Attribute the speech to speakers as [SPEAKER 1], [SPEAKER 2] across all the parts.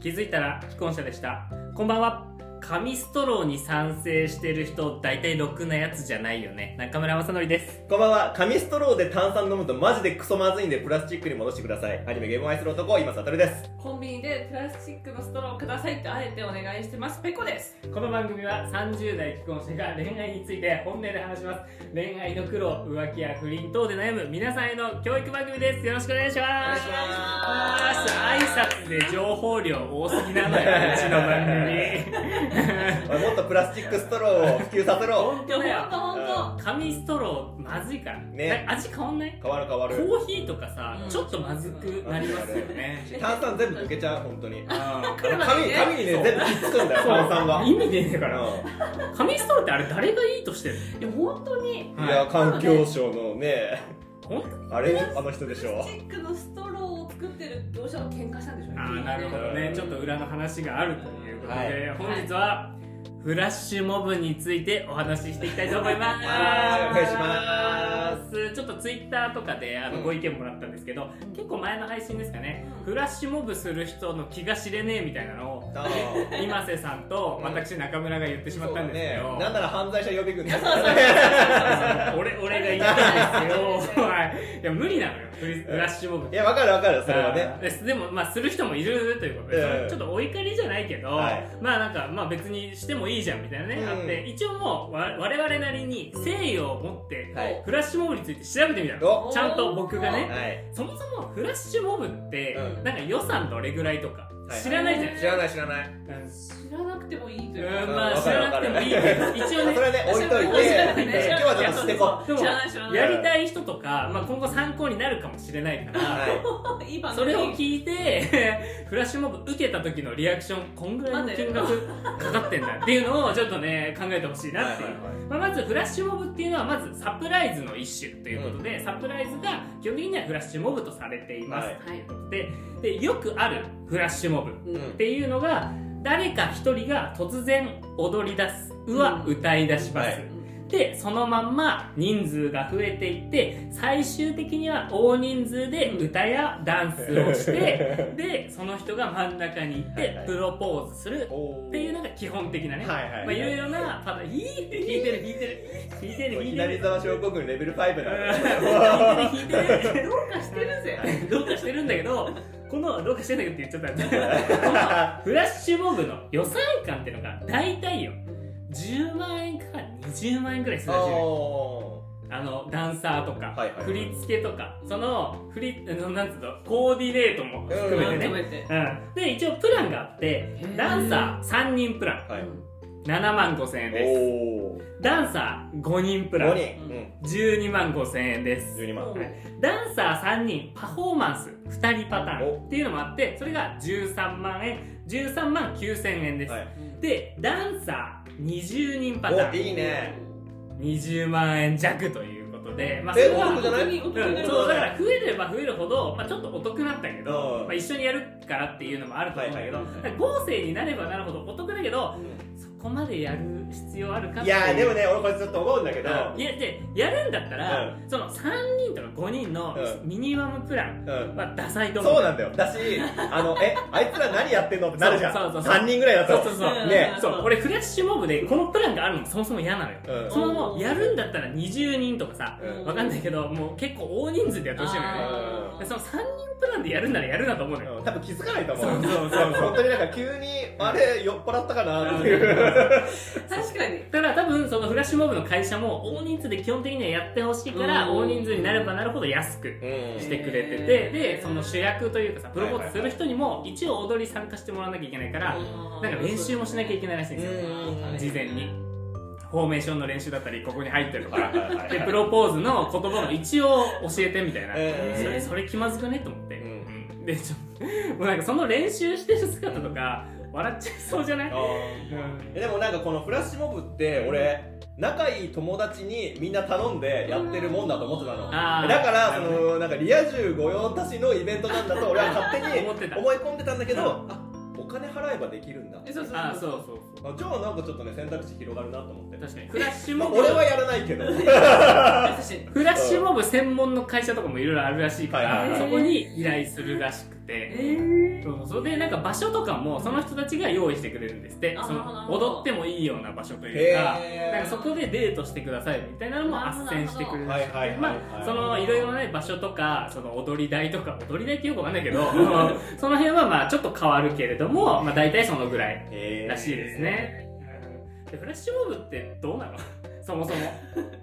[SPEAKER 1] 気づいたら既婚者でしたこんばんは紙ストローに賛成してる人大体ろくなやつじゃないよね中村正則です
[SPEAKER 2] こんばんは紙ストローで炭酸飲むとマジでクソまずいんでプラスチックに戻してくださいアニメゲームを愛する男今悟です
[SPEAKER 3] コンビニでプラスチックのストローをくださいってあえてお願いしてますペコです
[SPEAKER 1] この番組は30代既婚者が恋愛について本音で話します恋愛の苦労浮気や不倫等で悩む皆さんへの教育番組ですよろしくお願いします
[SPEAKER 2] お願いし
[SPEAKER 1] 挨拶で情報量多すぎなのようちの 番
[SPEAKER 2] おいもっとプラスチックストローを普及させろ
[SPEAKER 1] 組本
[SPEAKER 3] いや
[SPEAKER 1] 当だよ
[SPEAKER 3] ほんとほんと
[SPEAKER 1] 紙ストローまずいから、
[SPEAKER 2] ね
[SPEAKER 1] な味変わんない
[SPEAKER 2] 変わる変わ
[SPEAKER 1] コ
[SPEAKER 2] る
[SPEAKER 1] ーヒーとかさ、
[SPEAKER 3] うん
[SPEAKER 1] ちょっとまずくなりますよね
[SPEAKER 2] 炭酸全部抜けちゃう本当に
[SPEAKER 1] あ
[SPEAKER 2] 紙
[SPEAKER 3] 車にね
[SPEAKER 2] 紙にね全部ひっつくんだよ炭酸が
[SPEAKER 1] 意味出ねえから
[SPEAKER 2] う
[SPEAKER 1] 紙ストローってあれ誰がいいとしてる
[SPEAKER 3] いや本当に
[SPEAKER 2] んいや環境省のね
[SPEAKER 1] 本当
[SPEAKER 2] あれあの人でし
[SPEAKER 3] プラ
[SPEAKER 2] ょ
[SPEAKER 3] スチックのストローを作ってる業者の喧嘩したんでしょうね
[SPEAKER 1] あーなるほどねちょっと裏の話があるということで、
[SPEAKER 2] はい
[SPEAKER 1] 本日はフラッシュモブについてお話ししていきたいと思います
[SPEAKER 2] はいお願いします
[SPEAKER 1] ちょっとツイッターとかであ
[SPEAKER 2] う
[SPEAKER 1] の
[SPEAKER 2] ん
[SPEAKER 1] ご意見もらったんですけど、
[SPEAKER 3] うん
[SPEAKER 1] 結構前の配信ですかね、
[SPEAKER 3] うん
[SPEAKER 1] フラッシュモブする人の気が知れねえみたいなのを
[SPEAKER 2] あー
[SPEAKER 1] 今瀬さんと
[SPEAKER 2] うん
[SPEAKER 1] 私中村が言ってしまったんですけ
[SPEAKER 2] そう
[SPEAKER 1] ど、
[SPEAKER 2] ねなんなら犯罪者予備軍ですよ
[SPEAKER 1] 俺俺が言ったんです けどはいいや無理なのよフリフラッシュモブっ
[SPEAKER 2] い
[SPEAKER 1] て
[SPEAKER 2] やわかるわかるそれは
[SPEAKER 1] あー
[SPEAKER 2] ね
[SPEAKER 1] ですでもまあする人もいるということで、
[SPEAKER 2] うん
[SPEAKER 1] ちょっとお怒りじゃないけど、
[SPEAKER 2] はい
[SPEAKER 1] まあなんかまあ別にしてもいいじゃんみたいなね、
[SPEAKER 2] うん
[SPEAKER 1] あって一応もうわ我々なりに誠意を持って、
[SPEAKER 2] はい
[SPEAKER 1] フラッシュモブについて調べてみたの
[SPEAKER 2] お
[SPEAKER 1] ちゃんと僕がね
[SPEAKER 2] はい
[SPEAKER 1] そもそもフラッシュモブって、
[SPEAKER 2] うん
[SPEAKER 1] なんか予算どれぐらいとか
[SPEAKER 2] はい
[SPEAKER 1] 知らないじゃない、
[SPEAKER 2] 知らない知らない
[SPEAKER 3] 知らなくてもいいと
[SPEAKER 1] う
[SPEAKER 3] いうんか
[SPEAKER 1] うんまあ知らなくてもいいけど一
[SPEAKER 2] そ
[SPEAKER 1] 応ね
[SPEAKER 2] れはね置いとい
[SPEAKER 1] 面白
[SPEAKER 2] て
[SPEAKER 1] いね
[SPEAKER 2] 今日はちょっと捨てこ
[SPEAKER 1] でも
[SPEAKER 3] 知らない知らない
[SPEAKER 1] やりたい人とか、まあ、今後参考になるかもしれないから、
[SPEAKER 2] うはい
[SPEAKER 3] いい番
[SPEAKER 1] そ
[SPEAKER 3] 組
[SPEAKER 1] れを聞いて フラッシュモブ受けた時のリアクションこんぐらいの金額かかってんだっていうのをちょっとね考えてほしいなっていう、まあ、まずフラッシュモブっていうのはまずサプライズの一種ということで、サプライズが基本的にはフラッシュモブとされています、
[SPEAKER 2] はい
[SPEAKER 1] ということででよくあるフラッシュモブ
[SPEAKER 3] うん
[SPEAKER 1] っていうのが誰か一人が突然踊り出すうわ、
[SPEAKER 3] うん
[SPEAKER 1] 歌い出します、
[SPEAKER 2] はい
[SPEAKER 1] でそのまんま人数が増えていって最終的には大人数で歌やダンスをして、でその人が真ん中に行っ
[SPEAKER 2] はい
[SPEAKER 1] て
[SPEAKER 2] はい
[SPEAKER 1] プロポーズする
[SPEAKER 2] おー
[SPEAKER 1] っていうのが基本的なね、
[SPEAKER 2] はいはいはい
[SPEAKER 1] まあ、いろいろなパターン「いい!」って弾いてる弾いてる弾いてる弾いて
[SPEAKER 2] 左
[SPEAKER 1] る
[SPEAKER 2] 沢症候群レベル5なんで
[SPEAKER 1] 弾いてる弾いてる
[SPEAKER 3] どうかしてるぜ
[SPEAKER 1] どうかしてるんだけどこのどうかしてんだけどって言っちゃったんだこのフラッシュモブの予算感っていうのが大体よ10万円から20万円くらいするらしいのよ
[SPEAKER 2] お
[SPEAKER 1] あのダンサーとか、
[SPEAKER 2] はいはい
[SPEAKER 1] 振り付けとかその振りあのなんつうのコーディネートも含めてね、
[SPEAKER 3] て
[SPEAKER 1] うんで一応プランがあってダンサー3人プラン
[SPEAKER 2] ーはい
[SPEAKER 1] 7万5千円で
[SPEAKER 2] おー
[SPEAKER 1] すダンサー5人プラ
[SPEAKER 2] 5
[SPEAKER 1] ン
[SPEAKER 2] 人うん
[SPEAKER 1] 12万5千円です
[SPEAKER 2] 12万
[SPEAKER 1] はいダンサー3人パフォーマンス2人パターンっていうのもあってそれが13万円13万9千円です、
[SPEAKER 2] はい
[SPEAKER 1] でダンサー20人パタ
[SPEAKER 2] お
[SPEAKER 1] ーン
[SPEAKER 2] いいね
[SPEAKER 1] 20万円弱ということで、まあ、そ
[SPEAKER 2] え
[SPEAKER 1] れは
[SPEAKER 2] 多くじゃない
[SPEAKER 1] うん
[SPEAKER 2] うん
[SPEAKER 1] そうだから増えれば増えるほど、まあ、ちょっとお得だったけど、
[SPEAKER 2] うん
[SPEAKER 1] まあ、一緒にやるからっていうのもあると思うんだけど、
[SPEAKER 2] はいはいはい
[SPEAKER 1] だから合成になればなるほどお得だけどそこまでやる必要あるか
[SPEAKER 2] いや
[SPEAKER 1] って
[SPEAKER 2] ー
[SPEAKER 1] う
[SPEAKER 2] でもね俺これずっと思うんだけど
[SPEAKER 1] うんいやでやるんだったら、
[SPEAKER 2] う
[SPEAKER 1] その3人とか5人の
[SPEAKER 2] う
[SPEAKER 1] ミニマムプラン
[SPEAKER 2] うん
[SPEAKER 1] はダサいと思う
[SPEAKER 2] そうなんだよだしあのえあいつら何やってんのってなるじゃん
[SPEAKER 1] そうそうそう
[SPEAKER 2] 3人ぐらいだ
[SPEAKER 1] そ
[SPEAKER 2] と
[SPEAKER 1] うそうそう,、
[SPEAKER 2] ね
[SPEAKER 1] そう俺フラッシュモブでこのプランがあるのそもそも嫌なのよ、
[SPEAKER 2] うん
[SPEAKER 1] そのやるんだったら20人とかさ
[SPEAKER 2] うん
[SPEAKER 1] わかんないけどもう結構大人数でやってほしいのよね
[SPEAKER 2] あ
[SPEAKER 1] でその3人プランでやるならやるなと思うのよ、
[SPEAKER 2] うん多分気づかないと思
[SPEAKER 1] そう
[SPEAKER 2] う
[SPEAKER 1] そうそうそう
[SPEAKER 2] 本当になんか急にあれ酔っ払ったかなっていう
[SPEAKER 1] だ
[SPEAKER 3] 確かに
[SPEAKER 1] から多分そのフラッシュモブの会社も大人数で基本的にはやってほしいから
[SPEAKER 3] うん
[SPEAKER 1] 大人数になればなるほど安くしてくれてて
[SPEAKER 3] へー
[SPEAKER 1] でその主役というかさプロポーズする人にも一応踊り参加してもらわなきゃいけないからなんか練習もしなきゃいけないらしいんですよ
[SPEAKER 2] うん
[SPEAKER 1] 事前にフォーメーションの練習だったりここに入ってるとかでプ
[SPEAKER 2] ロ
[SPEAKER 1] ロポーズの言葉も一応教えてみたいな、
[SPEAKER 2] えー
[SPEAKER 1] それそれ気まずくねと思って、
[SPEAKER 2] うん
[SPEAKER 1] うんでちょもうなんかその練習してる姿とか笑っちゃいそうじゃない、うん
[SPEAKER 2] えでもなんかこのフラッシュモブって俺仲いい友達にみんな頼んでやってるもんだと思ってたのだ
[SPEAKER 1] あー
[SPEAKER 2] からそのなんか リア充御用達のイベントなんだと俺は勝手に
[SPEAKER 1] 思ってた
[SPEAKER 2] 思い込んでたんだけど
[SPEAKER 1] う
[SPEAKER 2] あお金払払えばできるんだ
[SPEAKER 3] えそうそう
[SPEAKER 1] あ
[SPEAKER 3] そう
[SPEAKER 1] そうそうそう
[SPEAKER 2] あじゃあなんかちょっとね選択肢広がるなと思って、
[SPEAKER 1] 確かにフラッシュ
[SPEAKER 2] まあ、
[SPEAKER 1] モブ、
[SPEAKER 2] 俺はや らないけど
[SPEAKER 3] 優しい
[SPEAKER 1] フラッシュモブ専門の会社とかもいろいろあるらしいから、
[SPEAKER 2] はいはい
[SPEAKER 3] はい
[SPEAKER 1] そこに依頼するらしくて、
[SPEAKER 3] え
[SPEAKER 1] そうそれでなんか場所とかもその人たちが用意してくれるんですって
[SPEAKER 3] あー
[SPEAKER 1] そ
[SPEAKER 3] なる
[SPEAKER 1] の
[SPEAKER 3] ほど
[SPEAKER 1] 踊ってもいいような場所というかなん
[SPEAKER 2] へ
[SPEAKER 1] かそこでデートしてくださいみたいなのも斡旋してくれる
[SPEAKER 2] なるほどはいはいはいはい
[SPEAKER 1] まあそのいろいろね場所とかその踊り台とか踊り台ってよくわかんないけどうんその辺はまあちょっと変わるけれどもまあ大体そのぐらい
[SPEAKER 2] え
[SPEAKER 1] らしいですね、うんでフラッシュモブってどうなの そもそも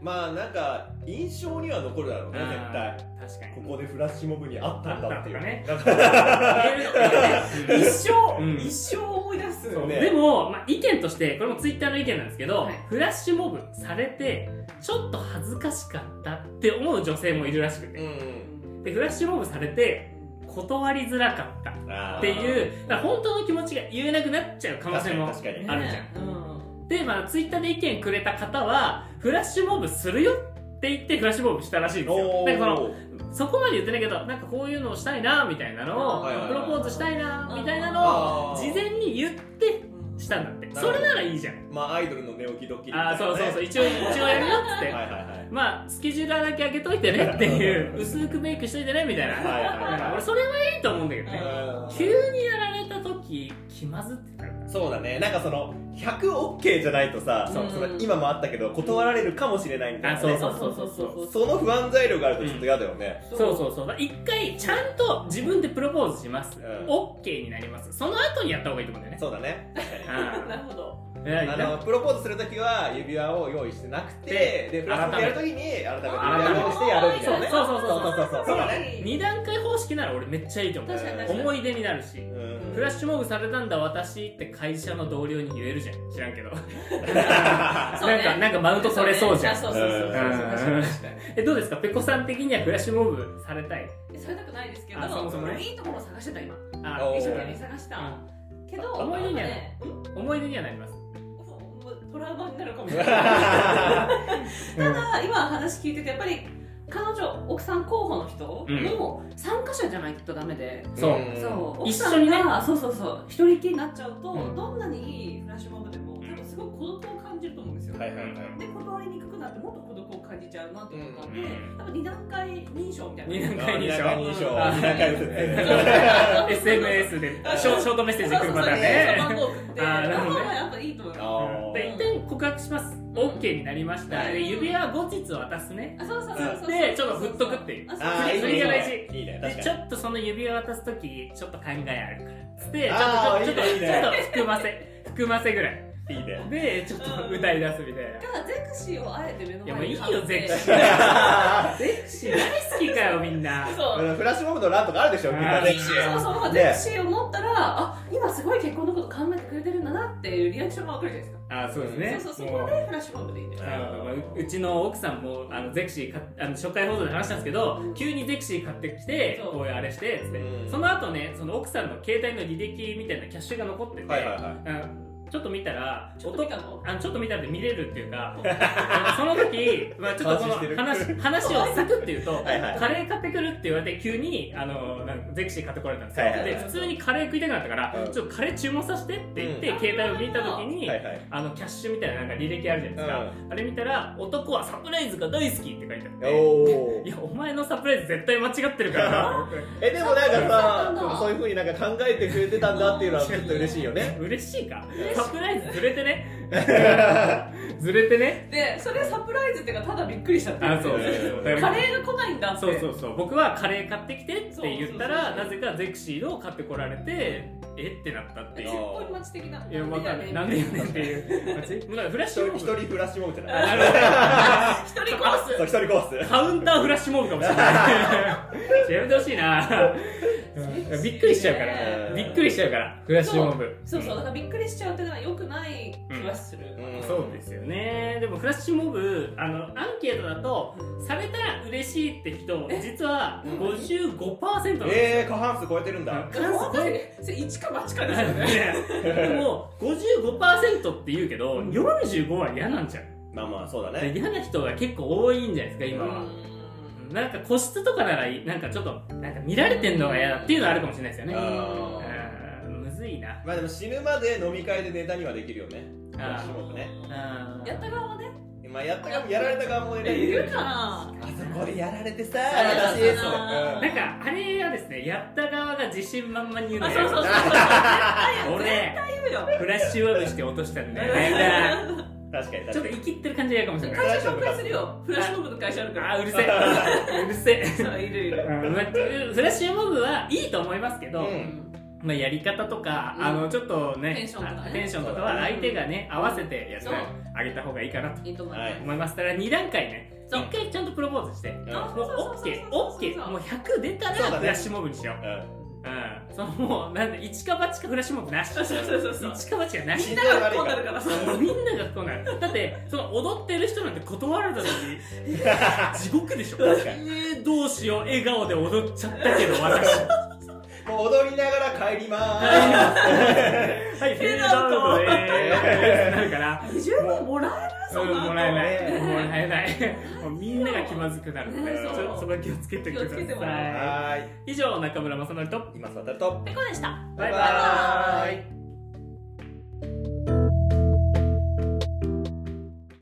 [SPEAKER 2] まあなんか印象には残るだろうね
[SPEAKER 1] うん
[SPEAKER 2] 絶対
[SPEAKER 1] 確かに
[SPEAKER 2] ここでフラッシュモブにあったんだっていう
[SPEAKER 1] あ
[SPEAKER 3] 一生、
[SPEAKER 1] うん
[SPEAKER 3] 一生思い出す
[SPEAKER 1] そう
[SPEAKER 2] ね
[SPEAKER 1] でも、まあ、意見としてこれもツイッターの意見なんですけど、
[SPEAKER 3] はい
[SPEAKER 1] フラッシュモブされてちょっと恥ずかしかったって思う女性もいるらしく
[SPEAKER 2] う
[SPEAKER 1] て、
[SPEAKER 2] ん
[SPEAKER 1] でフラッシュモブされて断りづらかったっ
[SPEAKER 2] あー
[SPEAKER 1] ていうだから本当の気持ちが言えなくなっちゃう可能性も
[SPEAKER 2] 確かに確
[SPEAKER 1] あ
[SPEAKER 2] か
[SPEAKER 1] るじゃん
[SPEAKER 3] ん、うん、
[SPEAKER 1] で、まあ、ツイッターで意見くれた方はフラッシュモブするよって言ってフラッシュモブしたらしいんですよ
[SPEAKER 2] お
[SPEAKER 1] なんかその
[SPEAKER 2] ー
[SPEAKER 1] そこまで言ってないけどなんかこういうのをしたいなみたいなのを
[SPEAKER 2] はいはいはい
[SPEAKER 1] プロポーズしたいなみたいなのを
[SPEAKER 2] あー
[SPEAKER 1] 事前に言ってしたんだって
[SPEAKER 2] なる
[SPEAKER 1] そ
[SPEAKER 2] ほど
[SPEAKER 1] れならいいじゃん
[SPEAKER 2] まあアイドルの寝起きドッキリみたいな
[SPEAKER 1] あ
[SPEAKER 2] ね
[SPEAKER 1] あそうそうそう一応 一応やるよっつっ
[SPEAKER 2] は
[SPEAKER 1] て、
[SPEAKER 2] いはいはい
[SPEAKER 1] まあスケジューラーだけ開けといてねっていう薄くメイクしといてねみたいな、
[SPEAKER 2] はいはいはい
[SPEAKER 1] 俺それはいいと思うんだけどね
[SPEAKER 2] うん
[SPEAKER 1] 急にやられた時気まずってなる
[SPEAKER 2] そうだねなんかその 100OK じゃないとさそ
[SPEAKER 3] うん
[SPEAKER 2] その今もあったけど断られるかもしれないみたい
[SPEAKER 1] あ
[SPEAKER 2] な、
[SPEAKER 1] そう
[SPEAKER 2] ね、
[SPEAKER 1] そうそうそうそう
[SPEAKER 2] その不安材料があるとちょっと嫌だよね、
[SPEAKER 1] そうそうそうだから一回ちゃんと自分でプロポーズします、
[SPEAKER 2] うん
[SPEAKER 1] オッ OK になりますその後にやった方がいいと思うんだよね
[SPEAKER 2] そうだね確かに
[SPEAKER 3] なる
[SPEAKER 1] あ
[SPEAKER 3] ほど
[SPEAKER 2] あ のプロポーズするときは指輪を用意してなくてでフラッシュモブやるときに改めて指輪を用意してやるみたいなね
[SPEAKER 1] そうそうそうそう
[SPEAKER 2] そうそうそうだね
[SPEAKER 1] 2段階方式なら俺めっちゃいいと思う
[SPEAKER 3] 確かに確かに
[SPEAKER 1] 思い出になるし
[SPEAKER 2] うん
[SPEAKER 1] フラッシュモブされたんだ私って会社の同僚に言えるじゃん知らんけどなん
[SPEAKER 3] そうね
[SPEAKER 1] かなんかマウント取れそうじゃん
[SPEAKER 3] そうねあそうそうそう
[SPEAKER 2] うん
[SPEAKER 3] 確かに確かに
[SPEAKER 1] えどうですかペコさん的にはフラッシュモブされたい
[SPEAKER 3] えされたくないですけど
[SPEAKER 1] あそうそうね
[SPEAKER 3] 俺いいところ探してた今
[SPEAKER 1] あ
[SPEAKER 2] おー
[SPEAKER 3] 一生懸命探したけど
[SPEAKER 1] 思い出にはなる
[SPEAKER 3] ねうん
[SPEAKER 1] 思い出にはなります
[SPEAKER 3] トラウマになるかも しれないただ今話聞いててやっぱり彼女奥さん候補の人も参加者じゃないとダメで、
[SPEAKER 1] そう
[SPEAKER 3] そう奥
[SPEAKER 1] 一
[SPEAKER 3] さ
[SPEAKER 1] 緒
[SPEAKER 3] ん
[SPEAKER 1] にね
[SPEAKER 3] が、そうそうそう一人きりになっちゃうと、
[SPEAKER 1] うん
[SPEAKER 3] どんなにいいフラッシュモブでも多分すごい孤独を感じると思うんですよ、
[SPEAKER 2] はいはいはい
[SPEAKER 3] で断りにくくなってもっと孤独を感じちゃうなと思ったんで、
[SPEAKER 1] うん
[SPEAKER 3] 多分2段階認証みたいな
[SPEAKER 1] 二段階
[SPEAKER 2] 二
[SPEAKER 1] 認
[SPEAKER 2] 段階
[SPEAKER 1] 証
[SPEAKER 2] 認証
[SPEAKER 1] あ
[SPEAKER 2] 二段階です ね
[SPEAKER 1] SMS でショショートメッセージ来るパターン
[SPEAKER 3] そうそう
[SPEAKER 1] ね
[SPEAKER 3] そうそう番号送って
[SPEAKER 1] あーなるほどね
[SPEAKER 3] まあまあやっぱいいと思います
[SPEAKER 2] あ
[SPEAKER 1] で一旦告白します
[SPEAKER 3] ん
[SPEAKER 1] OK になりました
[SPEAKER 3] うん
[SPEAKER 1] で指輪は後日渡すね
[SPEAKER 3] あそうそうそうそう
[SPEAKER 1] でちょっと振っとくっていう
[SPEAKER 3] あそう
[SPEAKER 2] あ
[SPEAKER 3] そう
[SPEAKER 2] ーいい
[SPEAKER 1] それが大事
[SPEAKER 2] ねいいね
[SPEAKER 1] で
[SPEAKER 2] 確
[SPEAKER 1] ち
[SPEAKER 2] か
[SPEAKER 1] ょ
[SPEAKER 2] に
[SPEAKER 1] っとその指輪渡す時ちょっと考えあるからつってちょ
[SPEAKER 2] あ
[SPEAKER 1] っと
[SPEAKER 2] ー
[SPEAKER 1] ちょっと
[SPEAKER 2] いいねいい
[SPEAKER 1] ち
[SPEAKER 2] ね
[SPEAKER 1] ょっと含ませ含ませぐらい
[SPEAKER 2] い いね
[SPEAKER 1] でちょっと歌い出すみたいな。
[SPEAKER 3] がゼクシーをあえて目の
[SPEAKER 1] いやもう
[SPEAKER 3] 前
[SPEAKER 1] い
[SPEAKER 3] に
[SPEAKER 1] いよゼクシ
[SPEAKER 3] ー
[SPEAKER 1] ー。ゼクシー大好きかよみんな。
[SPEAKER 3] そう
[SPEAKER 2] フラッシュモブの欄とかあるでしょみんな
[SPEAKER 1] あー
[SPEAKER 2] 歴史
[SPEAKER 3] そうそう、まあ、ゼクシーを持ったら、あ今すごい結婚のこと考えてくれてるんだなっていうリアクションがわかるじゃないですか。
[SPEAKER 1] あそうですね。
[SPEAKER 3] そうそう、そ
[SPEAKER 1] も
[SPEAKER 3] こ
[SPEAKER 1] う
[SPEAKER 3] でフラッシュモブでいいんです
[SPEAKER 1] あのまあううちの奥さんもあのゼクシーかあの初回放送で話したんですけど、
[SPEAKER 3] うん
[SPEAKER 1] 急にゼクシー買ってきて
[SPEAKER 3] そう
[SPEAKER 1] こういうあれしてつって、
[SPEAKER 2] うん
[SPEAKER 1] その後ねその奥さんの携帯の履歴みたいなキャッシュが残ってて、
[SPEAKER 2] はいはいはい
[SPEAKER 1] あのちょっと見たら
[SPEAKER 3] ちょっと見たの
[SPEAKER 1] あのちょっと見たら見れるっていう かあのその時、まあ、ちょっとこの
[SPEAKER 2] 監視し
[SPEAKER 1] 話
[SPEAKER 2] て
[SPEAKER 1] 話をサクって言うと
[SPEAKER 2] はいはい
[SPEAKER 1] カレー買ってくるって言われて急にあのなんかゼクシー買ってこられたんですよ、
[SPEAKER 2] はいはいはい
[SPEAKER 1] で普通にカレー食いたくなったから、
[SPEAKER 2] うん
[SPEAKER 1] ちょっとカレー注文させてって言って、
[SPEAKER 3] うん
[SPEAKER 1] 携帯を見た時に、
[SPEAKER 2] はいはい
[SPEAKER 1] あのキャッシュみたいななんか履歴あるじゃないですか、あれ見たら「男はサプライズが大好き」って書いてあって
[SPEAKER 2] お
[SPEAKER 1] い
[SPEAKER 2] ー
[SPEAKER 1] やお前のサプライズ絶対間違ってるから な
[SPEAKER 2] えでもなんか
[SPEAKER 3] そうそうそう
[SPEAKER 2] さそういう風になんか考えてくれてたんだっていうのはちょっと嬉しいよね
[SPEAKER 1] 嬉しいかサプライズずれて ねずれてね
[SPEAKER 3] で、それサプライズっていうか、ただびっくりしたってい
[SPEAKER 1] あそうそうそう
[SPEAKER 3] カレーが来ないんだって。
[SPEAKER 1] そうそうそう僕はカレー買ってきてって言ったら
[SPEAKER 3] そ
[SPEAKER 1] な
[SPEAKER 3] うそうそう
[SPEAKER 1] ぜかゼクシーを買ってこられてえってなったっていう
[SPEAKER 3] 結婚待ち的な。
[SPEAKER 1] いやわかんないなんでやねんっていうマジだからフラッシ
[SPEAKER 2] 一
[SPEAKER 1] ュモ
[SPEAKER 2] 人
[SPEAKER 1] ブ
[SPEAKER 2] 一人フラッシュモブじゃない
[SPEAKER 1] あなる
[SPEAKER 3] 一人コー ス。
[SPEAKER 2] そう一人コース
[SPEAKER 1] ほどカウンターフラッシュモブかもしれないやめてほしいなうんびっくりしちゃうから
[SPEAKER 2] うん
[SPEAKER 1] びっくりしちゃうからフラッシュモブ
[SPEAKER 3] そうそう、だからびっくりしちゃうっていうのは良くない気はする。
[SPEAKER 2] うん
[SPEAKER 1] そうですよねでもフラッシュモブあのアンケートだとされたら嬉しいって人実は55%なんですよ
[SPEAKER 2] えー、過半数超えてるんだ。
[SPEAKER 3] え本当にそれ一か八かですよね。
[SPEAKER 1] でも55%って言うけど45は嫌なんじゃん
[SPEAKER 2] まあまあ、そうだね。
[SPEAKER 1] 嫌な人が結構多いんじゃないですか今は、なんか個室とかならいいなんかちょっとなんか見られてんのが嫌だっていうのはあるかもしれないですよね、
[SPEAKER 2] あ
[SPEAKER 1] うんずいな
[SPEAKER 2] まあでも死ぬまで飲み会でネタにはできるよね
[SPEAKER 1] あー
[SPEAKER 2] フラッシュモブね
[SPEAKER 1] うん
[SPEAKER 3] やった側はね
[SPEAKER 2] まあやったかやられた側も ネタに
[SPEAKER 3] い
[SPEAKER 2] でき
[SPEAKER 3] る
[SPEAKER 2] る
[SPEAKER 3] かな
[SPEAKER 2] あそこでやられてさ私
[SPEAKER 3] あそう
[SPEAKER 2] で
[SPEAKER 3] そ
[SPEAKER 2] す
[SPEAKER 3] う
[SPEAKER 1] なんかあれはですねやった側が自信満々に言うの
[SPEAKER 3] あ
[SPEAKER 1] よ
[SPEAKER 3] そうそうそうそう
[SPEAKER 1] 俺
[SPEAKER 3] 言うよ
[SPEAKER 1] フラッシュワブして落としたんだよね
[SPEAKER 2] 確かに
[SPEAKER 1] ちょっと
[SPEAKER 2] 確かに
[SPEAKER 1] 生きってる感じがいいかもしれない
[SPEAKER 3] 会社紹介するよフラッシュモブの会社あるから
[SPEAKER 1] あーうるせえうるせえ
[SPEAKER 3] そういるいる
[SPEAKER 1] うんまあフラッシュモブはいいと思いますけど、
[SPEAKER 2] うん
[SPEAKER 1] まあ、やり方とか、
[SPEAKER 3] うん
[SPEAKER 1] あのちょっとね
[SPEAKER 3] テンションとかね
[SPEAKER 1] あテンションとかは相手がね、合わせてやって
[SPEAKER 3] そう
[SPEAKER 1] あげた方がいいかなと
[SPEAKER 3] いいと思い
[SPEAKER 2] は
[SPEAKER 3] ます
[SPEAKER 2] い
[SPEAKER 1] 思いますだから2段階ね
[SPEAKER 3] そう
[SPEAKER 1] 1回ちゃんとプロポーズして、もう
[SPEAKER 2] あ
[SPEAKER 3] そうそうそうそうそう
[SPEAKER 1] OKOK もう100出た
[SPEAKER 2] そうだ
[SPEAKER 1] ら
[SPEAKER 2] ね
[SPEAKER 1] フラッシュモブにしようう、
[SPEAKER 2] うん
[SPEAKER 1] ん、そのもうなんで一か八かフラッシュモブなし
[SPEAKER 3] そうそうそうそう
[SPEAKER 1] 一か八がなし
[SPEAKER 3] みんながこうなるからさ
[SPEAKER 1] もうみんながこうなるだってその踊ってる人なんて断られた時地獄でしょ
[SPEAKER 2] 確か
[SPEAKER 1] えーどうしよう笑顔で踊っちゃったけど私
[SPEAKER 2] もう踊りながら帰り まーす
[SPEAKER 1] はい、フェードアウトでーすなるから、
[SPEAKER 3] 20万もらえるそん
[SPEAKER 1] うん
[SPEAKER 3] な
[SPEAKER 1] もらえない、もらえない、もうみんなが気まずくなるので、
[SPEAKER 3] そう
[SPEAKER 1] ちょそこは気をつけてく
[SPEAKER 3] 気をつけて
[SPEAKER 1] だ
[SPEAKER 3] もら
[SPEAKER 1] さ
[SPEAKER 2] はーい
[SPEAKER 1] い。以上、中村正則と、
[SPEAKER 2] 今さたると
[SPEAKER 3] ペコでした
[SPEAKER 1] バイ
[SPEAKER 2] バイバ
[SPEAKER 1] バイ。